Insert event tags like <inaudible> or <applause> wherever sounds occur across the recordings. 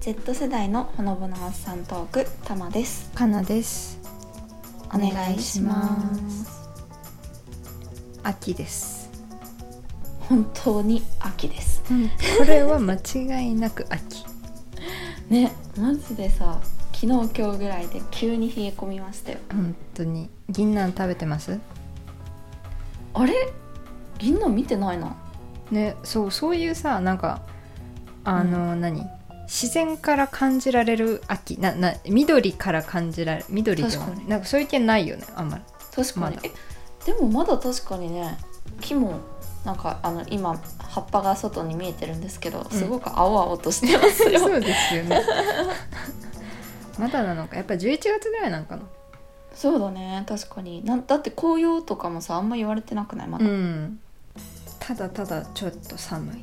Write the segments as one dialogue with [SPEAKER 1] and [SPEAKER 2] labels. [SPEAKER 1] Z 世代のほのぼのあっさんトークたまです
[SPEAKER 2] かなです
[SPEAKER 1] お願いします
[SPEAKER 2] 秋です
[SPEAKER 1] 本当に秋です
[SPEAKER 2] これは間違いなく秋
[SPEAKER 1] ねマジでさ昨日今日ぐらいで急に冷え込みましたよ
[SPEAKER 2] 本当に銀杏食べてます
[SPEAKER 1] あれ銀杏見てないな
[SPEAKER 2] ねそうそういうさなんかあの、何自然から感じられる秋なな緑から感じられ緑では
[SPEAKER 1] 確
[SPEAKER 2] な
[SPEAKER 1] か
[SPEAKER 2] い
[SPEAKER 1] に
[SPEAKER 2] なんかそういう系ないよねあんまり
[SPEAKER 1] 確かに、
[SPEAKER 2] まだ
[SPEAKER 1] えでもまだ確かにね木もなんかあの今葉っぱが外に見えてるんですけどすごく青々としてますよ、
[SPEAKER 2] そうですよね <laughs> まだなのかやっぱ11月ぐらいなんかな
[SPEAKER 1] <laughs> そうだね確かになんだって紅葉とかもさあんま言われてなくないま
[SPEAKER 2] う
[SPEAKER 1] だ、
[SPEAKER 2] んただただちょっと寒い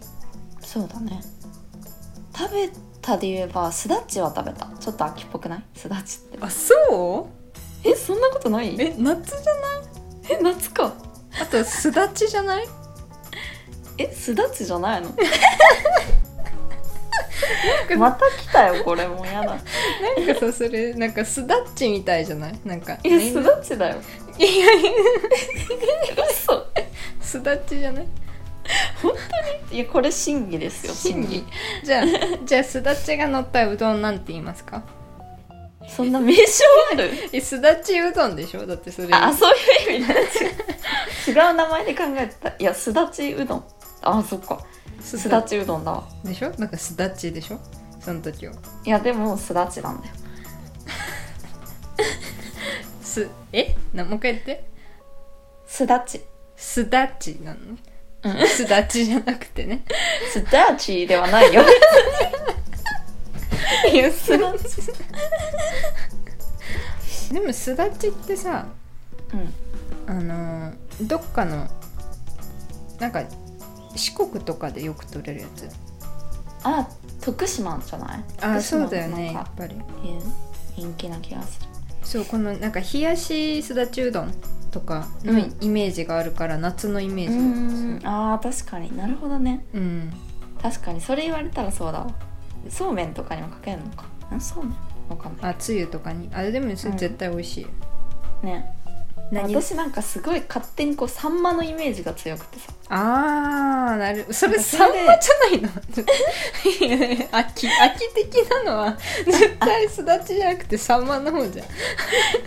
[SPEAKER 1] そうだね食べたで言えばすだちは食べたちょっと秋っぽくないすだちって
[SPEAKER 2] あそう
[SPEAKER 1] えそんなことないえ
[SPEAKER 2] え夏じゃない
[SPEAKER 1] 夏か
[SPEAKER 2] あとすだちじゃ <laughs> ない
[SPEAKER 1] えすだちじゃないのまた来たよこれもうやだ
[SPEAKER 2] なんかさそれなんかすだっちみたいじゃないなんか
[SPEAKER 1] <laughs> いやすだち <laughs> だよ
[SPEAKER 2] いやいや
[SPEAKER 1] 嘘
[SPEAKER 2] すだっちじゃない
[SPEAKER 1] いやこれ真偽ですよ真偽
[SPEAKER 2] じゃあじゃあすだちが乗ったうどんなんて言いますか
[SPEAKER 1] そんな名称ある
[SPEAKER 2] えすだちうどんでしょだってそれ
[SPEAKER 1] あそういう意味ね違う違う名前で考えてたいやすだちうどんあそっかすだちうどんだわ
[SPEAKER 2] でしょなんかすだっちでしょその時はい
[SPEAKER 1] やでもすだちなんだよ
[SPEAKER 2] すえなもう一回言って
[SPEAKER 1] すだち
[SPEAKER 2] すだっちなの
[SPEAKER 1] うん
[SPEAKER 2] すだちじゃなくて
[SPEAKER 1] <laughs>
[SPEAKER 2] ね
[SPEAKER 1] すだちではないよいやすだち
[SPEAKER 2] でもすだちってさ
[SPEAKER 1] うん
[SPEAKER 2] あのーどっかのなんか四国とかでよく取れるやつ
[SPEAKER 1] あ徳島じゃない
[SPEAKER 2] あ
[SPEAKER 1] 徳島
[SPEAKER 2] そ
[SPEAKER 1] の
[SPEAKER 2] うだよね
[SPEAKER 1] な
[SPEAKER 2] や
[SPEAKER 1] んか
[SPEAKER 2] っぱり
[SPEAKER 1] うん人気な気がする
[SPEAKER 2] そうこのなんか冷やしすだちうどんとかの
[SPEAKER 1] うん
[SPEAKER 2] イメージがあるから、夏のイメー
[SPEAKER 1] う
[SPEAKER 2] ジ
[SPEAKER 1] んあー確かになるほどね
[SPEAKER 2] そううん
[SPEAKER 1] 確かにそれ言われたらそうだわそうめんとかにもかけるのかんそうめんわかんない
[SPEAKER 2] あつゆとかにあでもそれ絶対美味しい、
[SPEAKER 1] ね
[SPEAKER 2] 何
[SPEAKER 1] 私なんかすごい勝手にこうサンマのイメージが強くてさ
[SPEAKER 2] あーなるそれ
[SPEAKER 1] なんかそ
[SPEAKER 2] サン
[SPEAKER 1] れ
[SPEAKER 2] マじゃないのいや <laughs> 秋秋的なの <laughs> は絶対すだちじゃなくてサンマの方じゃん
[SPEAKER 1] い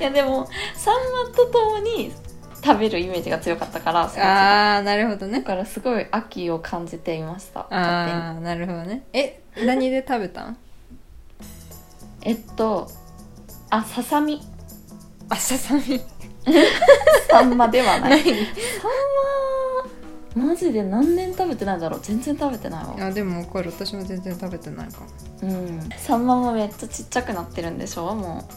[SPEAKER 1] やでもサンマとともに食べるイメージが強かったからそっちが
[SPEAKER 2] あーなるほど
[SPEAKER 1] だ
[SPEAKER 2] ね
[SPEAKER 1] からすごい秋を感じていました勝
[SPEAKER 2] あーなるほどねえ何で食べたん
[SPEAKER 1] 手にえっとあささみ
[SPEAKER 2] <laughs> あささみ
[SPEAKER 1] サンマでは <laughs> ない
[SPEAKER 2] 何
[SPEAKER 1] サンママジで何年食べてないんだろう全然食べてないわ
[SPEAKER 2] あでもわかる私も全然食べてないかも
[SPEAKER 1] うんサンマもめっちゃちっちゃくなってるんでしょも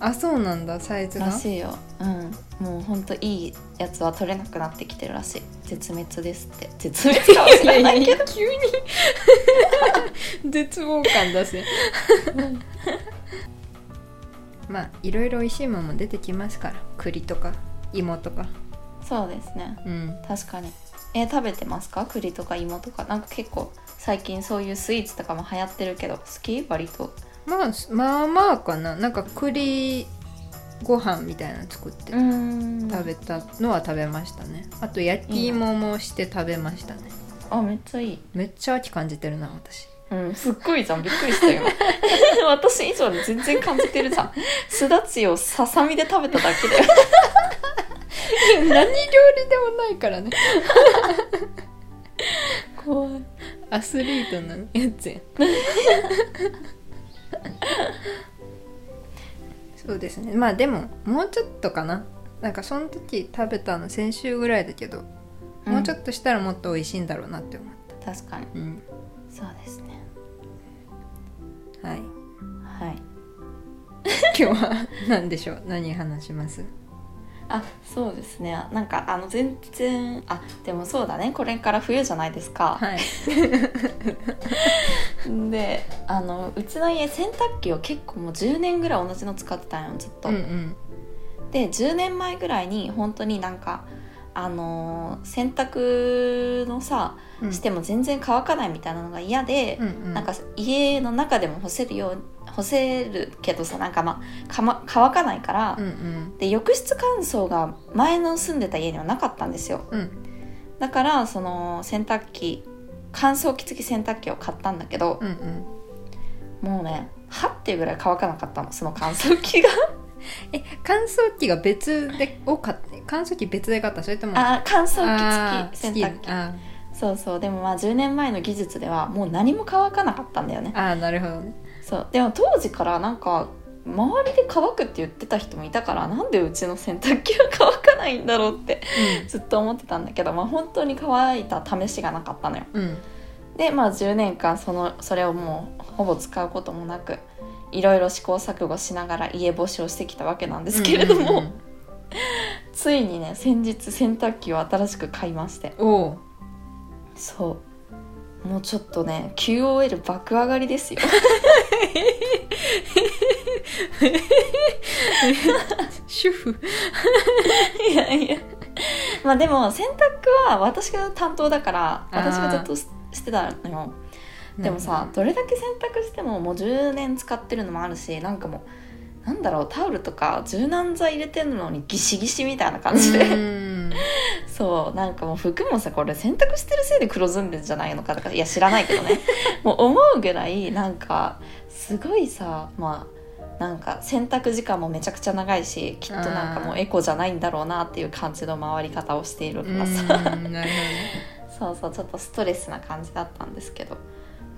[SPEAKER 2] あそうなんだサイズ
[SPEAKER 1] う
[SPEAKER 2] が
[SPEAKER 1] らしいようんもうほんといいやつは取れなくなってきてるらしい絶滅ですって絶滅かもし <laughs> れないけど
[SPEAKER 2] やや急に絶望感出せ <laughs> まあいろいろ美味しいものも出てきますから栗とか芋とか
[SPEAKER 1] そうですね
[SPEAKER 2] うん
[SPEAKER 1] 確かにえ食べてますか栗とか芋とかなんか結構最近そういうスイーツとかも流行ってるけど好き割と
[SPEAKER 2] まあまあまあかななんか栗ご飯みたいなの作って
[SPEAKER 1] ん
[SPEAKER 2] 食べたのは食べましたねあと焼き芋もして食べましたね
[SPEAKER 1] あめっちゃいい
[SPEAKER 2] めっちゃ秋感じてるな私
[SPEAKER 1] うんすっごいじゃんびっくりしたよ <laughs> 私以上に全然感じてるじゃんすだちをささみで食べただけだよ
[SPEAKER 2] <laughs> 何料理でもないからね
[SPEAKER 1] 怖い
[SPEAKER 2] アスリートのやつや <laughs> そうですねまあでももうちょっとかななんかその時食べたの先週ぐらいだけど、もうちょ
[SPEAKER 1] っ
[SPEAKER 2] っとしたらもっと美味しいんだろうなって思っ
[SPEAKER 1] と確かに
[SPEAKER 2] たうん
[SPEAKER 1] そうですね
[SPEAKER 2] はい
[SPEAKER 1] はい
[SPEAKER 2] 今日は何でしょう何話します
[SPEAKER 1] あそうですねなんかあの全然あでもそうだねこれから冬じゃないですか
[SPEAKER 2] はい
[SPEAKER 1] であのうちの家洗濯機を結構もう10年ぐらい同じの使ってたんよずっと、
[SPEAKER 2] うんうん
[SPEAKER 1] で10年前ぐらいに本当になんかあのー洗濯のさ
[SPEAKER 2] うん
[SPEAKER 1] しても全然乾かないみたいなのが嫌で、
[SPEAKER 2] うんうん
[SPEAKER 1] なんか家の中でも干せるよう干せるけどさなんかまあかま乾かないから、
[SPEAKER 2] うんうん
[SPEAKER 1] で浴室乾燥が前の住んでた家にはなかったんですよ
[SPEAKER 2] うん
[SPEAKER 1] だからその洗濯機乾燥機付き洗濯機を買ったんだけど、
[SPEAKER 2] うんうん
[SPEAKER 1] もうねはっていうぐらい乾かなかったのその乾燥機が
[SPEAKER 2] え乾燥機が別でを買って乾燥機別で買ったそれとも
[SPEAKER 1] あー乾燥
[SPEAKER 2] あ
[SPEAKER 1] 機
[SPEAKER 2] ー
[SPEAKER 1] 付き洗濯機
[SPEAKER 2] あ
[SPEAKER 1] そうそうでもまあ10年前の技術ではもう何も乾かなかったんだよね
[SPEAKER 2] ーあーなるほどね
[SPEAKER 1] そうでも当時からなんか周りで乾くって言ってた人もいたからなんでうちの洗濯機は乾かないんだろうってずっと思ってたんだけど、まあ、本当に乾いた試しがなかったのよ
[SPEAKER 2] うん
[SPEAKER 1] でまあ10年間そのそれをもうほぼ使うこともなくいろいろ試行錯誤しながら家干しをしてきたわけなんですけれども、
[SPEAKER 2] うんうんうん
[SPEAKER 1] ついにね先日洗濯機を新しく買いまして
[SPEAKER 2] おう
[SPEAKER 1] そうもうちょっとね QOL 爆上がりですよ
[SPEAKER 2] 主婦
[SPEAKER 1] いやいやまあでも洗濯は私が担当だから私がずっとししてたのよでもさどれだけ洗濯してももう10年使ってるのもあるしなんかもうなんだろうタオルとか柔軟剤入れてんのにギシギシみたいな感じで、
[SPEAKER 2] うん
[SPEAKER 1] そうなんかもう服もさこれ洗濯してるせいで黒ずんでんじゃないのかとかいや知らないけど
[SPEAKER 2] <laughs>
[SPEAKER 1] ねもう思うぐらいなんかすごいさまあなんか洗濯時間もめちゃくちゃ長いしきっとなんかもうエコじゃないんだろうなっていう感じの回り方をしている
[SPEAKER 2] う
[SPEAKER 1] から
[SPEAKER 2] ん
[SPEAKER 1] さ、
[SPEAKER 2] なるほどね
[SPEAKER 1] そうそうちょっとストレスな感じだったんですけど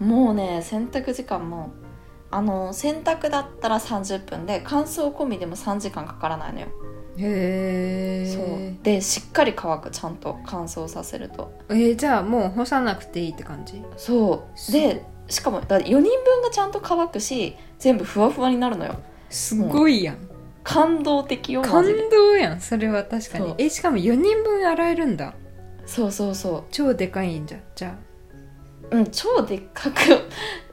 [SPEAKER 1] もうね洗濯時間もあの洗濯だったら30分で乾燥込みでも3時間かからないのよ、
[SPEAKER 2] へ
[SPEAKER 1] そう
[SPEAKER 2] え
[SPEAKER 1] でしっかり乾くちゃんと乾燥させると
[SPEAKER 2] えーじゃあもう干さなくていいって感じ
[SPEAKER 1] そう
[SPEAKER 2] す
[SPEAKER 1] でしかもだ4人分がちゃんと乾くし全部ふわふわになるのよ
[SPEAKER 2] すごいやん
[SPEAKER 1] 感動的よマ
[SPEAKER 2] 感
[SPEAKER 1] ジで
[SPEAKER 2] 動やんそれは確か
[SPEAKER 1] そう
[SPEAKER 2] にえしかも4人分洗えるんだ
[SPEAKER 1] そうそうそ
[SPEAKER 2] 超でかいんじゃんじゃあ
[SPEAKER 1] ううん超でっか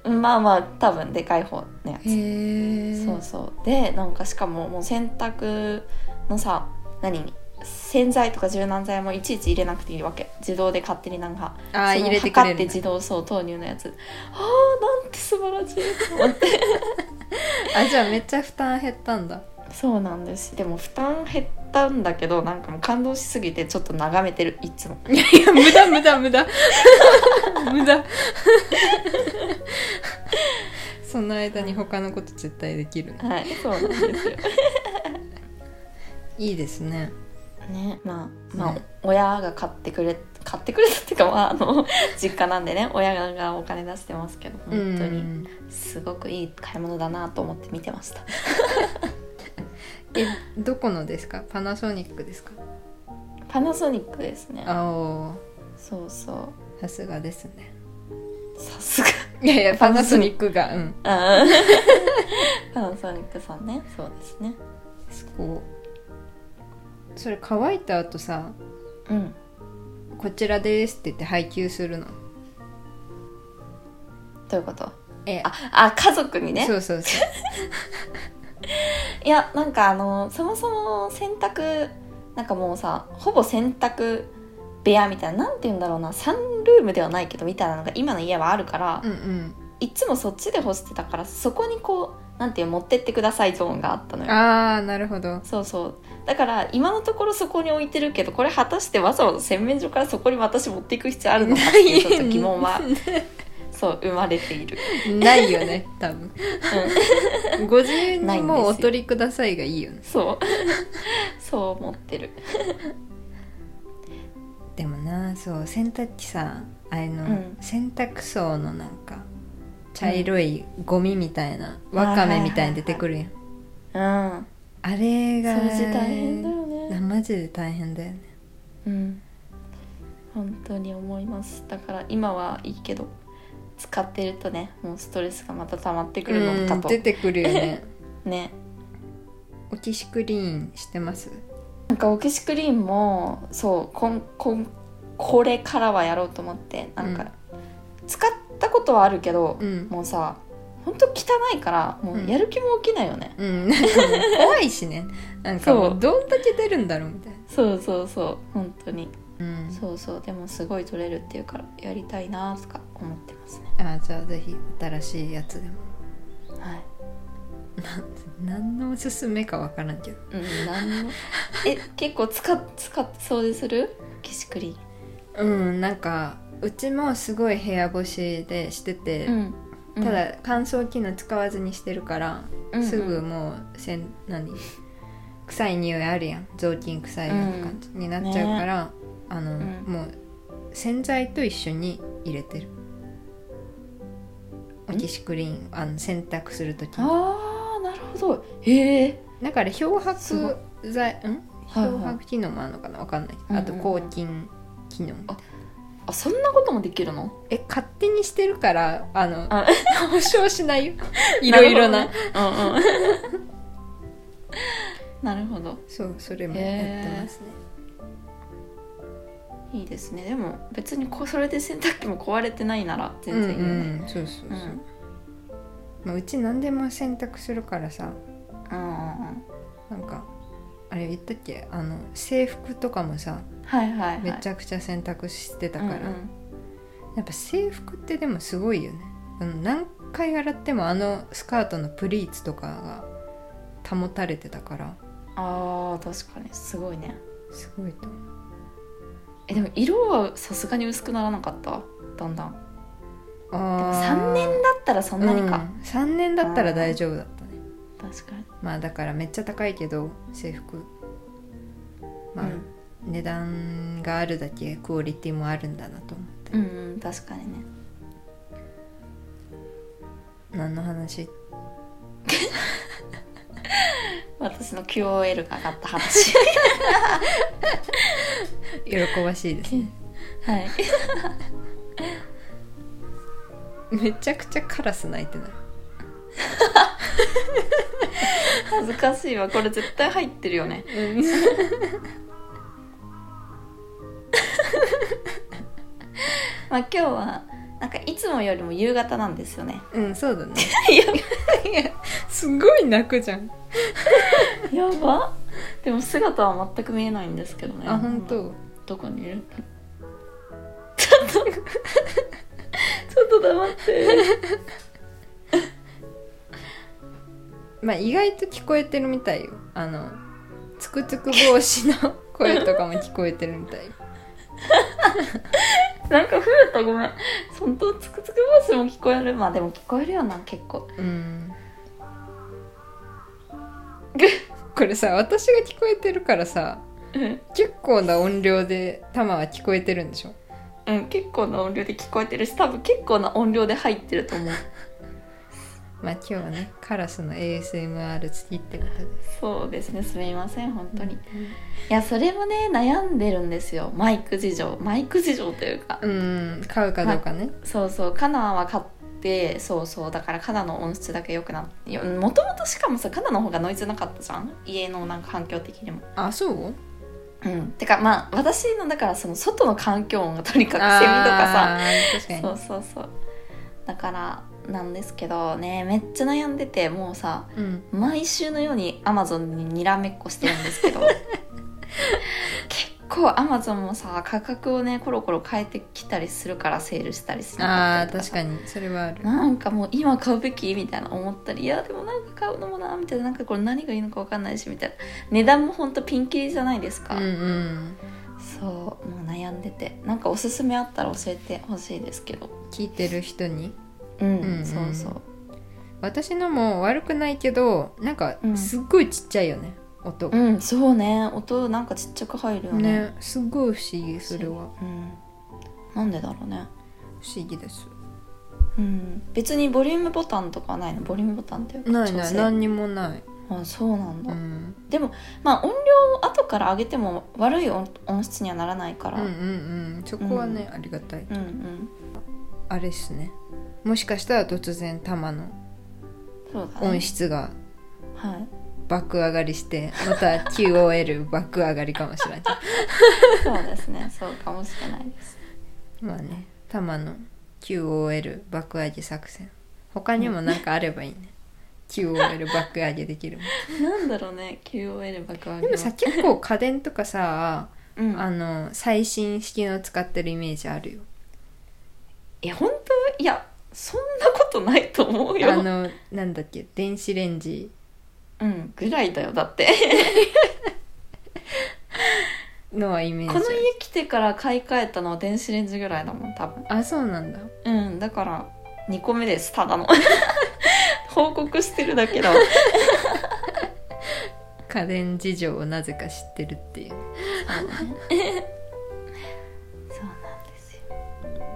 [SPEAKER 1] く <laughs> まあまあ多分でかい方のやつ
[SPEAKER 2] へえ
[SPEAKER 1] そうそうでなんかしかももう洗濯のさ何洗剤とか柔軟剤もいちいち入れなくていいわけ自動で勝手になんか
[SPEAKER 2] あー
[SPEAKER 1] その
[SPEAKER 2] 入れてくれ
[SPEAKER 1] 測って
[SPEAKER 2] るんだ
[SPEAKER 1] 自動そう投入のやつあーなんて素晴らしいと思って
[SPEAKER 2] あじゃあめっちゃ負担減ったんだ
[SPEAKER 1] そうなんですでも負担減ったんだけどなんかもう感動しすぎてちょっと眺めてるいつも
[SPEAKER 2] いやいや <laughs> 無駄無駄無駄無 <laughs> 駄その間に他のこと絶対できる
[SPEAKER 1] はいそうなんですよ
[SPEAKER 2] いいですね
[SPEAKER 1] <laughs> ねまあまあ、
[SPEAKER 2] ね
[SPEAKER 1] 親が買ってくれ買ってくれたっていうか、まあ、あの <laughs> 実家なんでね親がお金出してますけど本当に、
[SPEAKER 2] うん
[SPEAKER 1] すごくいい買い物だなと思って見てました
[SPEAKER 2] えどこのですかパナソニックですか
[SPEAKER 1] パナソニックですね
[SPEAKER 2] あお
[SPEAKER 1] そうそ
[SPEAKER 2] ーさすがですね
[SPEAKER 1] うさすが
[SPEAKER 2] いやい <laughs> やパナソニックがうん
[SPEAKER 1] あ <laughs> ーパナソニックさんねそうですね
[SPEAKER 2] そこそれ乾いた後さ
[SPEAKER 1] うん
[SPEAKER 2] 「こちらです」って言って配給するの
[SPEAKER 1] どういうこと
[SPEAKER 2] え
[SPEAKER 1] ああ家族にね
[SPEAKER 2] そうそうそう
[SPEAKER 1] いやなんかあのそもそも洗濯なんかもうさほぼ洗濯部屋みたいななんて言うんだろうなサンルームではないけどみたいなのが今の家はあるから、
[SPEAKER 2] うんうん
[SPEAKER 1] いつもそっちで干してたからそこにこうなんていう持ってってくださいゾーンがあったのよ
[SPEAKER 2] ああなるほど
[SPEAKER 1] そうそうだから今のところそこに置いてるけどこれ果たしてわざわざ洗面所からそこに私持っていく必要あるのかっていうちょっと疑問
[SPEAKER 2] <laughs>
[SPEAKER 1] はそう生まれている、
[SPEAKER 2] ないよね多分ご自由にもう
[SPEAKER 1] ないん
[SPEAKER 2] お
[SPEAKER 1] ですよ
[SPEAKER 2] 取りくださいがいいよね
[SPEAKER 1] そうそう思ってる
[SPEAKER 2] でもなそう洗濯機さあの、
[SPEAKER 1] うん
[SPEAKER 2] 洗濯槽のなんか茶色いゴミみたいな、わかめみたいに出てくるやん
[SPEAKER 1] うん
[SPEAKER 2] あれが
[SPEAKER 1] 掃除大変だよね
[SPEAKER 2] なマジで大変だよね
[SPEAKER 1] うん本当に思いますだから今はいいけど使ってるとねもうストレスがまた溜まってくるの
[SPEAKER 2] う
[SPEAKER 1] か
[SPEAKER 2] ん
[SPEAKER 1] と
[SPEAKER 2] 出てくるよ <laughs> ね
[SPEAKER 1] ね
[SPEAKER 2] オキシクリーンしてます
[SPEAKER 1] なんかオキシクリーンもそうこんこんこれからはやろうと思ってなんか、
[SPEAKER 2] うん
[SPEAKER 1] 使ったことはあるけど、
[SPEAKER 2] うん
[SPEAKER 1] もうさ本当汚いからもうやる気も起きないよね、
[SPEAKER 2] うん、なんかもう怖いしねなんかも
[SPEAKER 1] そうう
[SPEAKER 2] どんだけ出るんだろうみたいな、
[SPEAKER 1] そうそうそう本当に
[SPEAKER 2] うん、
[SPEAKER 1] そうそうでもすごい取れるっていうからやりたいなとか思ってますね
[SPEAKER 2] あじゃあぜひ新しいやつでも
[SPEAKER 1] はい、
[SPEAKER 2] 何のおすすめかわからんけど
[SPEAKER 1] うん、なんのえ結構使っ使って掃除する岸クリ
[SPEAKER 2] うんなんかうちもすごい部屋干しでしてて、
[SPEAKER 1] ーン、うん、
[SPEAKER 2] ただ乾燥機能使わずにしてるから、
[SPEAKER 1] うん
[SPEAKER 2] すぐもうせん何臭い匂いあるやん雑巾臭いような感じになっちゃうから、あ
[SPEAKER 1] ん
[SPEAKER 2] の、もう洗剤と一緒に入れてるオキシクリーンあの洗濯する時に
[SPEAKER 1] あーなるほどへえ
[SPEAKER 2] だから
[SPEAKER 1] す
[SPEAKER 2] 漂
[SPEAKER 1] ご
[SPEAKER 2] 白剤ん
[SPEAKER 1] はいはい
[SPEAKER 2] 漂白機能もあるのかなわかんないけど、
[SPEAKER 1] うんうん
[SPEAKER 2] あと抗菌機能
[SPEAKER 1] ああそんなこともできるの
[SPEAKER 2] <laughs> え勝手にしてるからあの
[SPEAKER 1] あ
[SPEAKER 2] 保証し <laughs> ないよいろいろな
[SPEAKER 1] るほどねうんうんなる
[SPEAKER 2] <laughs>
[SPEAKER 1] ほど
[SPEAKER 2] そうそれもやってますね
[SPEAKER 1] いいですねでも別にこそれで洗濯機も壊れてないなら全然いいよ
[SPEAKER 2] うん
[SPEAKER 1] ね
[SPEAKER 2] うんそうそ
[SPEAKER 1] う
[SPEAKER 2] うそう、うんまあ、うち何でも洗濯するからさ
[SPEAKER 1] うんうん
[SPEAKER 2] なんかあれ言ったっけあの制服とかも
[SPEAKER 1] う
[SPEAKER 2] さ
[SPEAKER 1] んはいはいはい
[SPEAKER 2] めちゃくちゃ洗濯してたから、
[SPEAKER 1] うん
[SPEAKER 2] やっぱ制服ってでもすごいよねあの何回洗ってもあのスカートのプリーツとかが保たれてたから
[SPEAKER 1] あー確かにすごいね
[SPEAKER 2] すごいと思う
[SPEAKER 1] えでも色はさすがに薄くならなかっただんだんだ
[SPEAKER 2] あ
[SPEAKER 1] 3年ったらそんなにか、
[SPEAKER 2] 3年だったら大丈夫だったね
[SPEAKER 1] 確かに
[SPEAKER 2] まあだからめっちゃ高いけど制服まあ、
[SPEAKER 1] うん
[SPEAKER 2] 値段があるだけクオリティもあるんだなと思って、
[SPEAKER 1] うん、うん、確かにね
[SPEAKER 2] 何の話 <laughs>
[SPEAKER 1] 私の QOL が上がった <laughs> 話
[SPEAKER 2] 喜ばしいですね
[SPEAKER 1] はい
[SPEAKER 2] めちゃくちゃカラス鳴いてない
[SPEAKER 1] 恥ずかしいわこれ絶対入ってるよねまあ今日はなんかいつもよりも夕方なんですよね
[SPEAKER 2] うんそう <laughs> だね
[SPEAKER 1] や
[SPEAKER 2] すごい泣くじゃん、
[SPEAKER 1] やばでも姿は全く見えないんですけどね
[SPEAKER 2] あ本当
[SPEAKER 1] どこにいる <laughs> ちょっとちょっと黙って
[SPEAKER 2] まあ意外と聞こえてるみたいよあのつくつく帽子の声とかも聞こえてるみたい
[SPEAKER 1] なんか増えたごめん本当つくつく帽子も聞こえるまあでも聞こえるよな結構
[SPEAKER 2] うん <laughs> これさ私が聞こえてるからさ
[SPEAKER 1] うん、
[SPEAKER 2] 結構な音量でタマは聞こえてるんでしょ
[SPEAKER 1] うん、結構な音量で聞こえてるし多分結構な音量で入ってると思う
[SPEAKER 2] まあ今日はねカラスの ASMR 付きってことで
[SPEAKER 1] そうですねすみません本当に、い
[SPEAKER 2] うん
[SPEAKER 1] やそれもね悩んでるんですよマイク事情マイク事情というか、
[SPEAKER 2] うん買うかどうかね、
[SPEAKER 1] そうそうカナは買ってそうそうだからカナの音質だけ良くなってもともとしかもさカナの方がノイズなかったじゃん家のなんか環境的にも
[SPEAKER 2] あそう
[SPEAKER 1] うんてかまあ私のだからその外の環境音がとにかくセミとかさ
[SPEAKER 2] あー確かに
[SPEAKER 1] そうそうそうだからなんですけどねめっちゃ悩んでてもうさ
[SPEAKER 2] うん
[SPEAKER 1] 毎週のようにアマゾンににらめっこしてるんですけ
[SPEAKER 2] <laughs>
[SPEAKER 1] ど結構アマゾンもさ価格をねコロコロ変えてきたりするからセールしたりし
[SPEAKER 2] あ
[SPEAKER 1] なかった
[SPEAKER 2] ー
[SPEAKER 1] りと
[SPEAKER 2] 確かにそれはある
[SPEAKER 1] なんかもう今買うべきみたいな思ったりいやでもなんか買うのもなみたいななんかこれ何がいいのか分かんないしみたいな値段もほんとピンキリじゃないですか、
[SPEAKER 2] うんうん
[SPEAKER 1] そうもう悩んでてなんかおすすめあったら教えてほしいですけど
[SPEAKER 2] 聞いてる人に
[SPEAKER 1] うん、
[SPEAKER 2] うんうん
[SPEAKER 1] そうそう
[SPEAKER 2] 私のも悪くないけどなんか
[SPEAKER 1] うん
[SPEAKER 2] すっごいちっちゃいよね、音
[SPEAKER 1] う
[SPEAKER 2] が、
[SPEAKER 1] んそうね音なんかちっちゃく入るよね
[SPEAKER 2] ねすっごい不思議それは
[SPEAKER 1] うんなんでだろうね
[SPEAKER 2] 不思議です
[SPEAKER 1] うん、別にボリュームボタンとかはないのボリュームボタンっていうか
[SPEAKER 2] ないな
[SPEAKER 1] 調
[SPEAKER 2] い
[SPEAKER 1] 整
[SPEAKER 2] 何にもない、
[SPEAKER 1] あそうなんだ、
[SPEAKER 2] うん、
[SPEAKER 1] でもまあ音量を後から上げても悪い音音質にはならないか
[SPEAKER 2] うん
[SPEAKER 1] ら、
[SPEAKER 2] う
[SPEAKER 1] うんん、
[SPEAKER 2] うんそこはね、ありがたい
[SPEAKER 1] うん
[SPEAKER 2] あれっすねもしかしたら突然タマの
[SPEAKER 1] そうだ
[SPEAKER 2] 音
[SPEAKER 1] ね
[SPEAKER 2] 質が
[SPEAKER 1] はい
[SPEAKER 2] 爆上がりしてまた QOL <laughs> 爆上がりかもしれない
[SPEAKER 1] そうですねそうかもしれないです
[SPEAKER 2] まあね、タマの QOL 爆上げ作戦。他にもなんかあればいいね <laughs> QOL 爆上げできるもん
[SPEAKER 1] なんだろうね QOL 爆上げは
[SPEAKER 2] でもさ結構家電とかさ
[SPEAKER 1] うん、
[SPEAKER 2] あの最新式の使ってるイメージあるよ
[SPEAKER 1] え本当いやそんなことないと思うよ
[SPEAKER 2] あのなんだっけ電子レンジ
[SPEAKER 1] うんぐらいだよだって
[SPEAKER 2] のはイメージ
[SPEAKER 1] こ
[SPEAKER 2] あ
[SPEAKER 1] の
[SPEAKER 2] る
[SPEAKER 1] 家来てから買い替えたのは電子レンジぐらいだもん多分
[SPEAKER 2] あそうなんだ
[SPEAKER 1] うんだから2個目ですただの <laughs> 報告してるだけだわ
[SPEAKER 2] 家電事情をなぜか知ってるっていう
[SPEAKER 1] そうなんですよ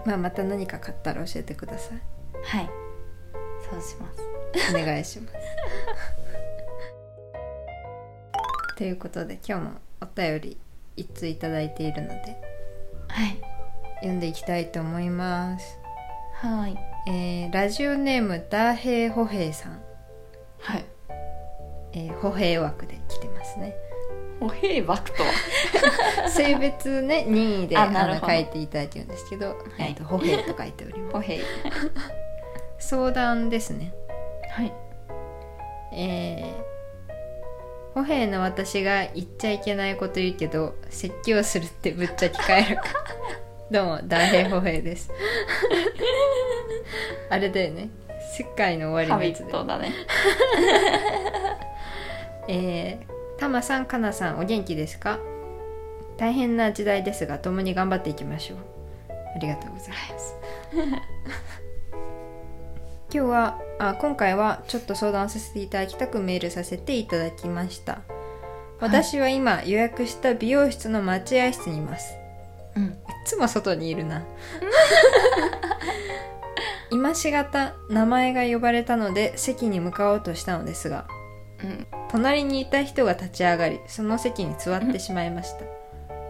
[SPEAKER 2] まあまた何か買ったら教えてください
[SPEAKER 1] はいそうします
[SPEAKER 2] お願いします <laughs> ということで今日もお便り一通いただいているので
[SPEAKER 1] はい
[SPEAKER 2] 読んでいきたいと思います、
[SPEAKER 1] はい
[SPEAKER 2] えーラジオネームダーヘイホヘイさん、
[SPEAKER 1] はい
[SPEAKER 2] えー、ホヘイ枠で来てま
[SPEAKER 1] <laughs>
[SPEAKER 2] すね
[SPEAKER 1] おへいバクとは
[SPEAKER 2] 性別ね任意であ
[SPEAKER 1] あなる
[SPEAKER 2] の
[SPEAKER 1] ほど
[SPEAKER 2] 書いていただいてるんですけど、
[SPEAKER 1] い
[SPEAKER 2] えっと歩兵と書いておりま
[SPEAKER 1] おへい
[SPEAKER 2] す相談ですね
[SPEAKER 1] はい
[SPEAKER 2] えー、歩兵の私が言っちゃいけないこと言うけど説教するってぶっちゃけ変えるかどうも大平歩兵ですあれだよね世界の終わ
[SPEAKER 1] ハ
[SPEAKER 2] りの
[SPEAKER 1] ビッ
[SPEAKER 2] やつで
[SPEAKER 1] トだね
[SPEAKER 2] えー、タマさん、カナさん、お元気ですか大変な時代ですが、共に頑張っていきましょう。ありがとうございます。 <laughs> 今日はあ、今回はちょっと相談させていただきたくメールさせていただきました。私は今、予約した美容室の待合室にいます。
[SPEAKER 1] うん
[SPEAKER 2] いつも外にいるな今しがた名前が呼ばれたので席に向かおうとしたのですが
[SPEAKER 1] うん
[SPEAKER 2] 隣にいた人が立ち上がりその席に座ってしまいました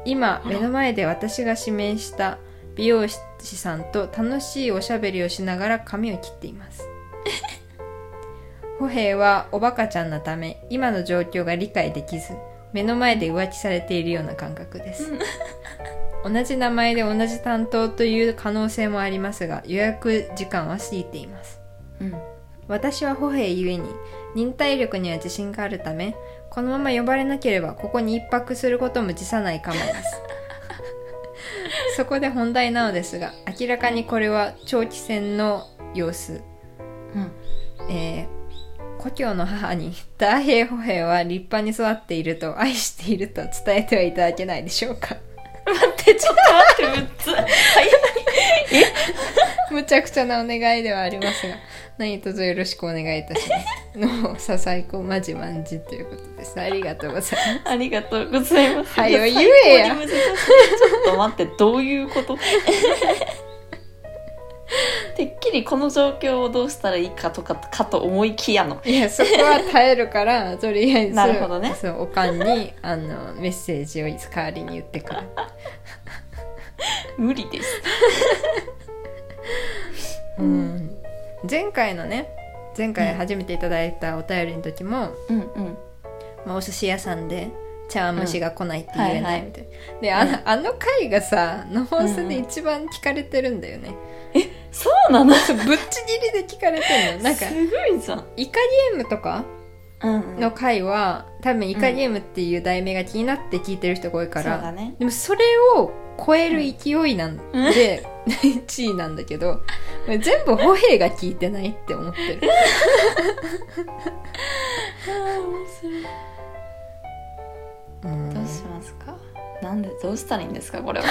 [SPEAKER 2] 今目の前で私が指名した美容師さんと楽しいおしゃべりをしながら髪を切っています歩兵はおバカちゃんなため今の状況が理解できず目の前で浮気されているような感覚です同じ名前で同じ担当という可能性もありますが予約時間は過ぎています
[SPEAKER 1] うん
[SPEAKER 2] 私は歩兵ゆえに忍耐力には自信があるためこのまま呼ばれなければここに一泊することも辞さない構えです <laughs> そこで本題なのですが明らかにこれは長期戦の様子
[SPEAKER 1] うん
[SPEAKER 2] えー故郷の母に「大平歩兵は立派に育っていると愛している」と伝えてはいただけないでしょうか <laughs>
[SPEAKER 1] 待ってちょっと待って6つ <laughs> はい
[SPEAKER 2] むちゃくちゃなお願いではありますが何卒よろしくお願いいたしますのをささいこまじまんじということですありがとうございます
[SPEAKER 1] ありがとうございます。
[SPEAKER 2] はよ
[SPEAKER 1] いや
[SPEAKER 2] 言えや
[SPEAKER 1] 最高に難しいちょっと待って、どういう <laughs> ことてっきりこの状況をどうしたらいいかとか、かと思いきやの。
[SPEAKER 2] いやそこは耐えるか
[SPEAKER 1] <laughs>
[SPEAKER 2] らとりあえず
[SPEAKER 1] なるほどね
[SPEAKER 2] そうおかんにあのメッセージを代わりに言ってくる
[SPEAKER 1] 無理です。
[SPEAKER 2] うん前回のね前回初めていただいたお便りの時も、
[SPEAKER 1] うんうん。
[SPEAKER 2] まあ、お寿司屋さんで茶碗蒸しが来ないって言えないみたいな、
[SPEAKER 1] はい
[SPEAKER 2] であのあの回がさの放送で一番聞かれてるんだよね、
[SPEAKER 1] そうなの <laughs>
[SPEAKER 2] そうぶっちぎりで聞かれてるのなんか
[SPEAKER 1] すごいじゃん。
[SPEAKER 2] イカゲームとか
[SPEAKER 1] うん、
[SPEAKER 2] の回は多分イカゲームっていう題名が気になって聞いてる人が多い
[SPEAKER 1] か。
[SPEAKER 2] から
[SPEAKER 1] そう
[SPEAKER 2] ら
[SPEAKER 1] だ、ね。
[SPEAKER 2] でもそれを超える勢いなんで、1位 <laughs> なんだけど全部歩兵が聞いてないって思ってる
[SPEAKER 1] あー面白い
[SPEAKER 2] うん
[SPEAKER 1] どうしますかなんで、どうしたらいいんですかこれ <laughs> は。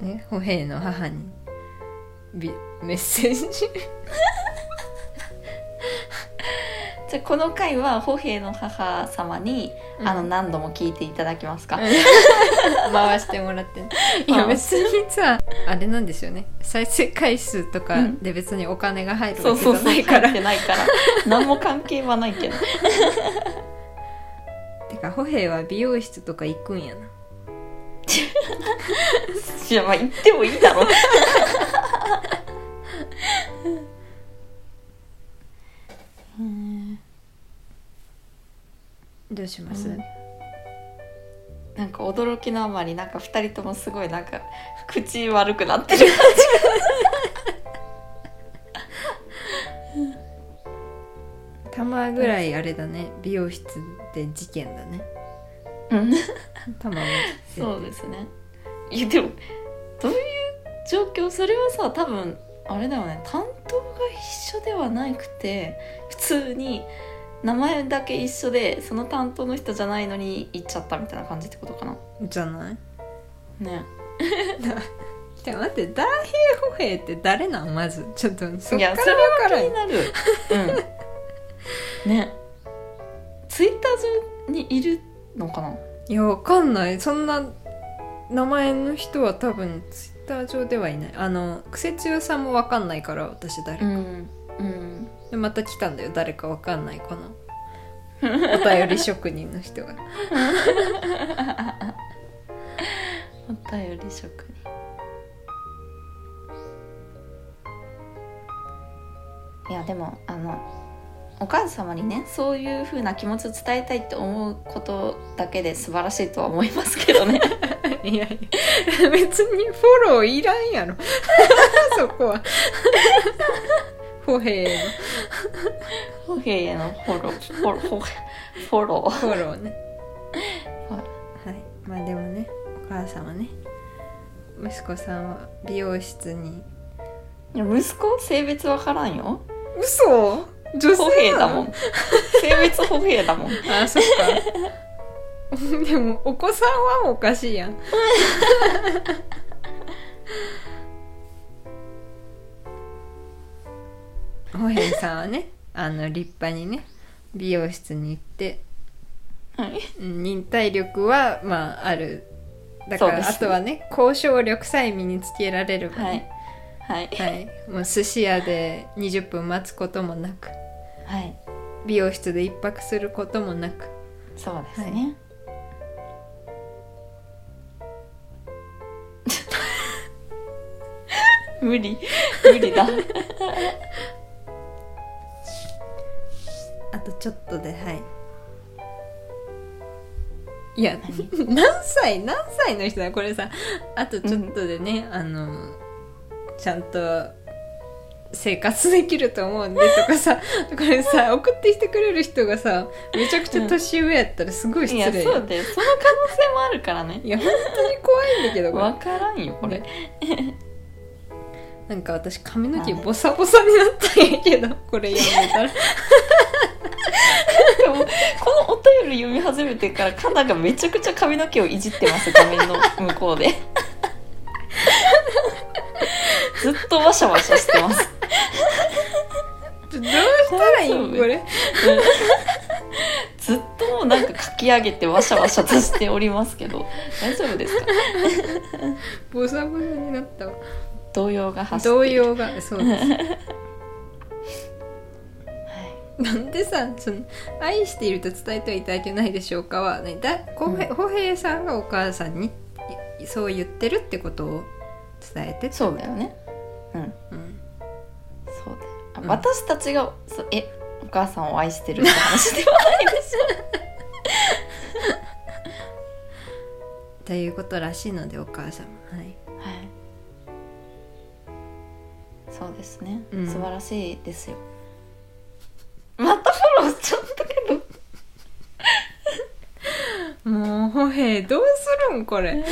[SPEAKER 2] ね歩兵の母にびメッセージ
[SPEAKER 1] じゃあ、この回は、歩兵の母様に、あの、何度も聞いていただきますか、
[SPEAKER 2] <laughs> 回してもら
[SPEAKER 1] <laughs>
[SPEAKER 2] ってねいや別にさあれなんですよね再生回数とかで別にお金が入
[SPEAKER 1] <laughs>
[SPEAKER 2] る
[SPEAKER 1] そ
[SPEAKER 2] わ
[SPEAKER 1] う
[SPEAKER 2] けじ
[SPEAKER 1] そう
[SPEAKER 2] ゃ
[SPEAKER 1] そう、
[SPEAKER 2] ないか
[SPEAKER 1] 入
[SPEAKER 2] ら
[SPEAKER 1] ってないから。何も関係はないけど。
[SPEAKER 2] <laughs> てか歩兵は美容室とか行くんやない
[SPEAKER 1] や、まあ、言って <laughs> もいいだろう。うん
[SPEAKER 2] どうします、
[SPEAKER 1] うん <laughs> なんか驚きのあまりなんか2人ともすごいなんか口悪くなってる
[SPEAKER 2] 玉ぐらいあれだね美容室で事件だね
[SPEAKER 1] うん
[SPEAKER 2] 玉も
[SPEAKER 1] そうですねいやでもどういう状況それはさ多分あれだよね担当が一緒ではなくて普通に名前だけ一緒でその担当の人じゃないのに行っちゃったみたいな感じってことかな
[SPEAKER 2] じゃない
[SPEAKER 1] ね
[SPEAKER 2] でも待って大平歩兵って誰なんまずちょっとそっ
[SPEAKER 1] い
[SPEAKER 2] か
[SPEAKER 1] や
[SPEAKER 2] ら分
[SPEAKER 1] それ
[SPEAKER 2] から
[SPEAKER 1] は
[SPEAKER 2] ん
[SPEAKER 1] 気にな <laughs> るうんねツイッター上にいるのかない
[SPEAKER 2] やわかんないそんな名前の人は多分ツイッター上ではいないあの癖強さもわかんないから私誰、
[SPEAKER 1] うんうん
[SPEAKER 2] でまた来たんだよ誰かわかんないこ <laughs> のお便り職人の人が
[SPEAKER 1] お便り職人いやでもあのお母様にねそういう風な気持ちを伝えたいって思うことだけで素晴らしいとは思いますけどね
[SPEAKER 2] いやいや別にフォローいらんやろ <laughs> そこ <laughs> は歩兵へ
[SPEAKER 1] ホヘイへのフォローフォローフォロ
[SPEAKER 2] のフォローねはいまあでもねお母様ね息子さんは美容室に
[SPEAKER 1] ー息子性別わからんよ
[SPEAKER 2] 嘘女
[SPEAKER 1] ホヘイだもん性別ホヘイだもん
[SPEAKER 2] あそっか <laughs> でもお子さんはおかしいやん <laughs> おへんさんはねあの立派にね美容室に行って
[SPEAKER 1] はい
[SPEAKER 2] うん忍耐力はまああるだか
[SPEAKER 1] そうで
[SPEAKER 2] ら
[SPEAKER 1] す
[SPEAKER 2] あとはね交渉力さえ身につけられれば
[SPEAKER 1] はい
[SPEAKER 2] ね、
[SPEAKER 1] はい
[SPEAKER 2] はい、もう寿司屋で20分待つこともなく
[SPEAKER 1] はい
[SPEAKER 2] 美容室で一泊することもなく
[SPEAKER 1] そうですね。 <laughs> 無理無理だ。
[SPEAKER 2] あとちょっとではいいや何歳何歳の人だこれさあとちょっとでね、あのちゃんと生活できると思うんでとか <laughs> さこれさ送ってきてくれる人がさめちゃくちゃ年上やったらすごい失
[SPEAKER 1] い
[SPEAKER 2] 礼
[SPEAKER 1] や
[SPEAKER 2] よ、
[SPEAKER 1] そうでその可能性もあるからね。
[SPEAKER 2] いや本当に怖いんだけどこれ
[SPEAKER 1] わからんよこれ。
[SPEAKER 2] なんか私髪の毛ボサボサになったんやけどこれ読んでた <laughs> ら
[SPEAKER 1] でもこのお便り読み始めてからカナがめちゃくちゃ髪の毛をいじってます画面の向こ <laughs> うで。ずっとワシャワシャしてます。
[SPEAKER 2] ちょどうしたらいいんこれ
[SPEAKER 1] ずっともうなんかかき上げてワシャワシャとしておりますけど大丈夫ですか？
[SPEAKER 2] ボサボサになったわ
[SPEAKER 1] 動揺が発生。<laughs>
[SPEAKER 2] 動揺 <laughs> がそうです
[SPEAKER 1] はい
[SPEAKER 2] なんでさその「愛していると伝えてはいただけないでしょうかは」ね、だこへ
[SPEAKER 1] う
[SPEAKER 2] 歩兵さんがお母さんにいそう言ってるってことを伝えて
[SPEAKER 1] そうだよねうん
[SPEAKER 2] うん、
[SPEAKER 1] そうだよあ、
[SPEAKER 2] うん
[SPEAKER 1] 私たちがそうえお母さんを愛してるって話では
[SPEAKER 2] <laughs>
[SPEAKER 1] ないでし
[SPEAKER 2] ということらしいのでお母様はい
[SPEAKER 1] ょはいそうですね、
[SPEAKER 2] うん
[SPEAKER 1] 素晴らしいですよまたフォローしちゃったけど
[SPEAKER 2] もう歩兵どうするんこれ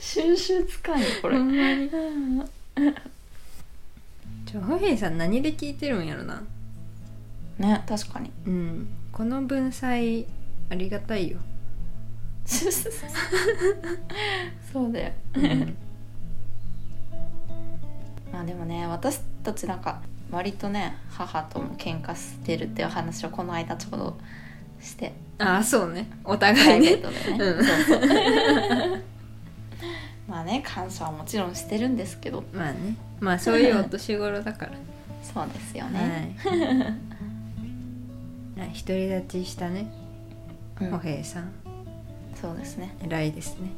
[SPEAKER 1] 収集つかんよこ
[SPEAKER 2] こ
[SPEAKER 1] れ、
[SPEAKER 2] ほんまに
[SPEAKER 1] うん
[SPEAKER 2] ちょ歩兵さん何で聞いてるんやろな
[SPEAKER 1] ね確
[SPEAKER 2] <laughs>
[SPEAKER 1] かに
[SPEAKER 2] うんこの文才ありがたいよ、
[SPEAKER 1] そうだよ
[SPEAKER 2] <laughs> うん、
[SPEAKER 1] まあでもね私たちなんか割とね母とも喧嘩してるっていう話をこの間ちょうどして
[SPEAKER 2] ああそうねお
[SPEAKER 1] プ
[SPEAKER 2] 互
[SPEAKER 1] ラ
[SPEAKER 2] い
[SPEAKER 1] イベー
[SPEAKER 2] ね
[SPEAKER 1] トでね、
[SPEAKER 2] うん
[SPEAKER 1] そうそうまあね感謝はもちろんしてるんですけど
[SPEAKER 2] まあねまあそういうお年頃だから
[SPEAKER 1] そうですよね、
[SPEAKER 2] はい。 <laughs> あ独り立ちしたね、
[SPEAKER 1] うん
[SPEAKER 2] おへいさん、
[SPEAKER 1] そうですね
[SPEAKER 2] 偉いですね。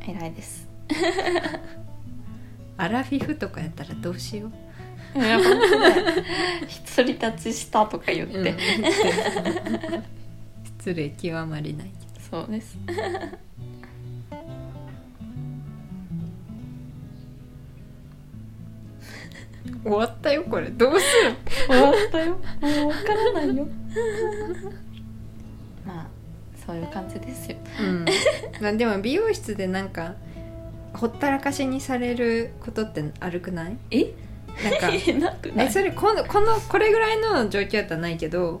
[SPEAKER 1] 偉いです
[SPEAKER 2] アラフィフとかやったらどうしよう。
[SPEAKER 1] いや本当だよ独り立ちしたとか言って、
[SPEAKER 2] うん <laughs> 失礼極まりないけ
[SPEAKER 1] そうです
[SPEAKER 2] ど。終わったよこれどうする
[SPEAKER 1] 終わったよもう分からないよ <laughs> まあそういう感じですよ
[SPEAKER 2] うん、まあでも美容室でなんかほったらかしにされることってあるくない
[SPEAKER 1] え
[SPEAKER 2] なん <laughs> か
[SPEAKER 1] なくな <laughs>
[SPEAKER 2] え
[SPEAKER 1] い
[SPEAKER 2] それこのこのこれぐらいの状況やったらないけど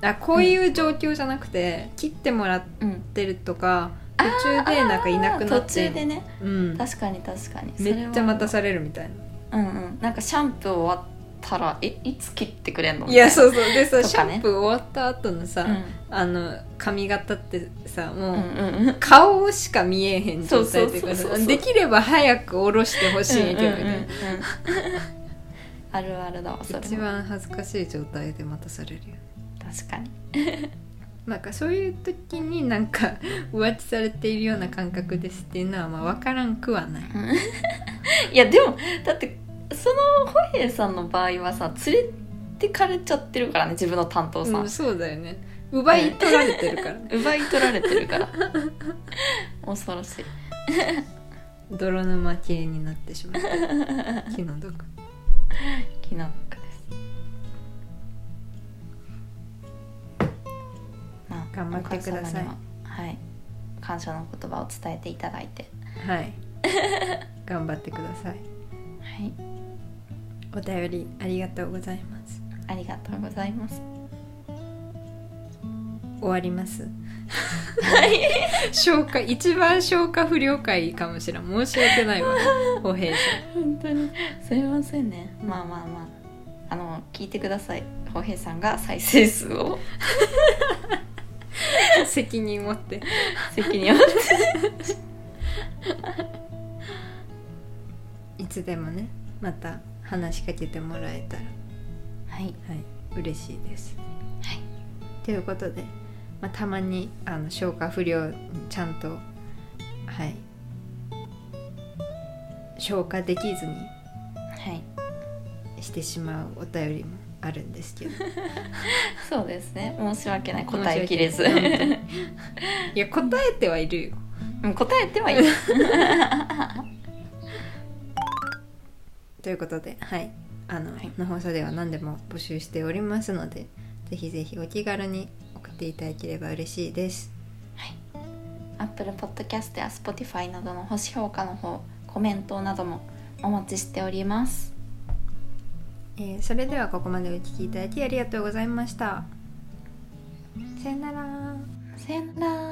[SPEAKER 2] あこういう状況じゃなくて、切ってもらっ
[SPEAKER 1] うん
[SPEAKER 2] てるとか途中でなんかいなくなっ
[SPEAKER 1] 途
[SPEAKER 2] て
[SPEAKER 1] 中でね
[SPEAKER 2] うん、
[SPEAKER 1] 確かに確かにそれは
[SPEAKER 2] めっちゃ待たされるみたいな
[SPEAKER 1] うんうんなんかシャンプー終わったらえいつ切ってくれんの
[SPEAKER 2] いや
[SPEAKER 1] う、
[SPEAKER 2] そうそうでさ、
[SPEAKER 1] と
[SPEAKER 2] シ
[SPEAKER 1] かね
[SPEAKER 2] ャンプー終わった後のさ、
[SPEAKER 1] うん、
[SPEAKER 2] あの髪型ってさも
[SPEAKER 1] う
[SPEAKER 2] う、
[SPEAKER 1] んうんうん
[SPEAKER 2] 顔しか見えへん状態というか
[SPEAKER 1] そうそうそうそう
[SPEAKER 2] できれば早く下ろしてほしいんやけど
[SPEAKER 1] うんうんうんう
[SPEAKER 2] ね
[SPEAKER 1] んあるあるだわそれは
[SPEAKER 2] 一番恥ずかしい状態で待たされるよね
[SPEAKER 1] 確かに
[SPEAKER 2] なんかそういう時になんか <laughs> 浮気されているような感覚ですっていうのはまあ分からんくはない
[SPEAKER 1] <laughs> いやでもだってそのホイエさんの場合はさ連れてかれちゃってるからね自分の担当さん、
[SPEAKER 2] うんそうだよね奪い取られてるからね
[SPEAKER 1] 奪い取られてるから <laughs> 恐ろしい
[SPEAKER 2] 泥沼系になってしま <laughs> う気の毒
[SPEAKER 1] 気の毒ですまあ
[SPEAKER 2] 頑張ってくださ
[SPEAKER 1] お母様
[SPEAKER 2] い
[SPEAKER 1] にははい感謝の言葉を伝えていただいて
[SPEAKER 2] はい <laughs> 頑張ってください
[SPEAKER 1] はい
[SPEAKER 2] お便りありがとうございます
[SPEAKER 1] ありがとうございます
[SPEAKER 2] 終わります <laughs> 消化一番消化不良回かもしれん申し訳ないわお平さ
[SPEAKER 1] 本当にすいませんねまあまあまああの聞いてください浩平さんが再生数 <laughs> を
[SPEAKER 2] ん責任持 <laughs> って
[SPEAKER 1] 責任を持って
[SPEAKER 2] いつでもねまた話しかけてもらえたら
[SPEAKER 1] はい
[SPEAKER 2] はい嬉しいです
[SPEAKER 1] はい
[SPEAKER 2] ということで、まあ、たまにあの消化不良にちゃんとはい消化できずに
[SPEAKER 1] はい
[SPEAKER 2] してしまうお便りもあるんで
[SPEAKER 1] <laughs>
[SPEAKER 2] すけど
[SPEAKER 1] そうですね申し訳ない答えきれず
[SPEAKER 2] 申し
[SPEAKER 1] <laughs>
[SPEAKER 2] 訳ないいや答えてはいるよ
[SPEAKER 1] うん答えてはいい
[SPEAKER 2] ということで、はい、あの、
[SPEAKER 1] はい
[SPEAKER 2] この放送では何でも募集しておりますので、ぜひぜひお気軽に送っていただければ嬉しいです。
[SPEAKER 1] Apple Podcast や Spotify などの星評価の方コメントなどもお待ちしております
[SPEAKER 2] えーそれではここまでお聞きいただきありがとうございました。さよなら。
[SPEAKER 1] さよなら